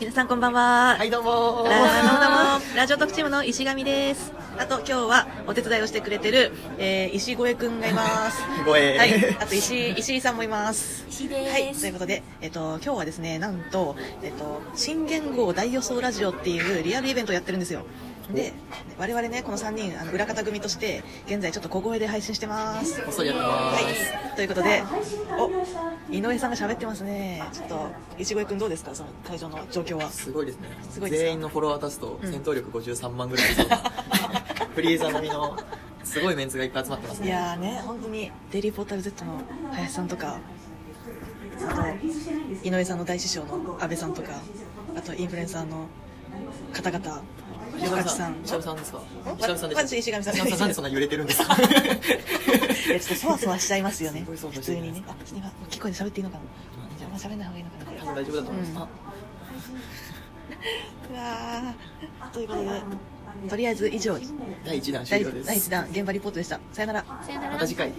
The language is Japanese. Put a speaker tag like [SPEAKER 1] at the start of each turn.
[SPEAKER 1] 皆さんこんばんは。
[SPEAKER 2] はい、どうもー
[SPEAKER 1] ラララジオ特チームの石上です。あと今日はお手伝いをしてくれてる、えー、石越くんがいます。
[SPEAKER 2] ごえー
[SPEAKER 1] はい。あと石井、石井さんもいます。
[SPEAKER 3] 石井です
[SPEAKER 1] はい。ということで、えっ、と、今日はですね、なんと、えっ、と、新元号大予想ラジオっていうリアルイベントをやってるんですよ。で、我々ね、この3人、あの、裏方組として、現在ちょっと小声で配信してます。
[SPEAKER 2] こっそりやってま
[SPEAKER 1] はい
[SPEAKER 2] ーす。、
[SPEAKER 1] ということで、お井上さんが喋ってますね、ちょっと、いちごくん、どうですか、その会場の状況は。
[SPEAKER 2] すごいですね。
[SPEAKER 1] すごいですか
[SPEAKER 2] 全員のフォロワー足すと、
[SPEAKER 1] うん
[SPEAKER 2] 戦闘力53万ぐらいいそうなフリーザ並みの、すごいメンツがいっぱい集まってます
[SPEAKER 1] い
[SPEAKER 2] ね。
[SPEAKER 1] やーね、本当に、デイリーポータル Z の林さんとか、あと、井上さんの大師匠の安倍さんとか、あと、インフルエンサーの方々、
[SPEAKER 2] 石
[SPEAKER 1] 吉
[SPEAKER 2] 上
[SPEAKER 1] 勝さん。
[SPEAKER 2] 石上さんですか石上さんで
[SPEAKER 1] 私石上さん
[SPEAKER 2] 石上さんなんでそんな揺れてるんですか
[SPEAKER 1] いやちょっとそわそわしちゃいますよね
[SPEAKER 2] すごいそわ
[SPEAKER 1] 普
[SPEAKER 2] そわして
[SPEAKER 1] 通に
[SPEAKER 2] る
[SPEAKER 1] ねあちょっと今大きい声で喋っていいのかなあんま喋んない方がいいのかなこれ
[SPEAKER 2] 多分大丈夫だと思います。
[SPEAKER 1] うわーということでとりあえず以上
[SPEAKER 2] あ第1弾終
[SPEAKER 1] 第
[SPEAKER 2] 了です。
[SPEAKER 1] 第1弾現場リポートでしたさよなら
[SPEAKER 3] さよなら
[SPEAKER 2] また次回。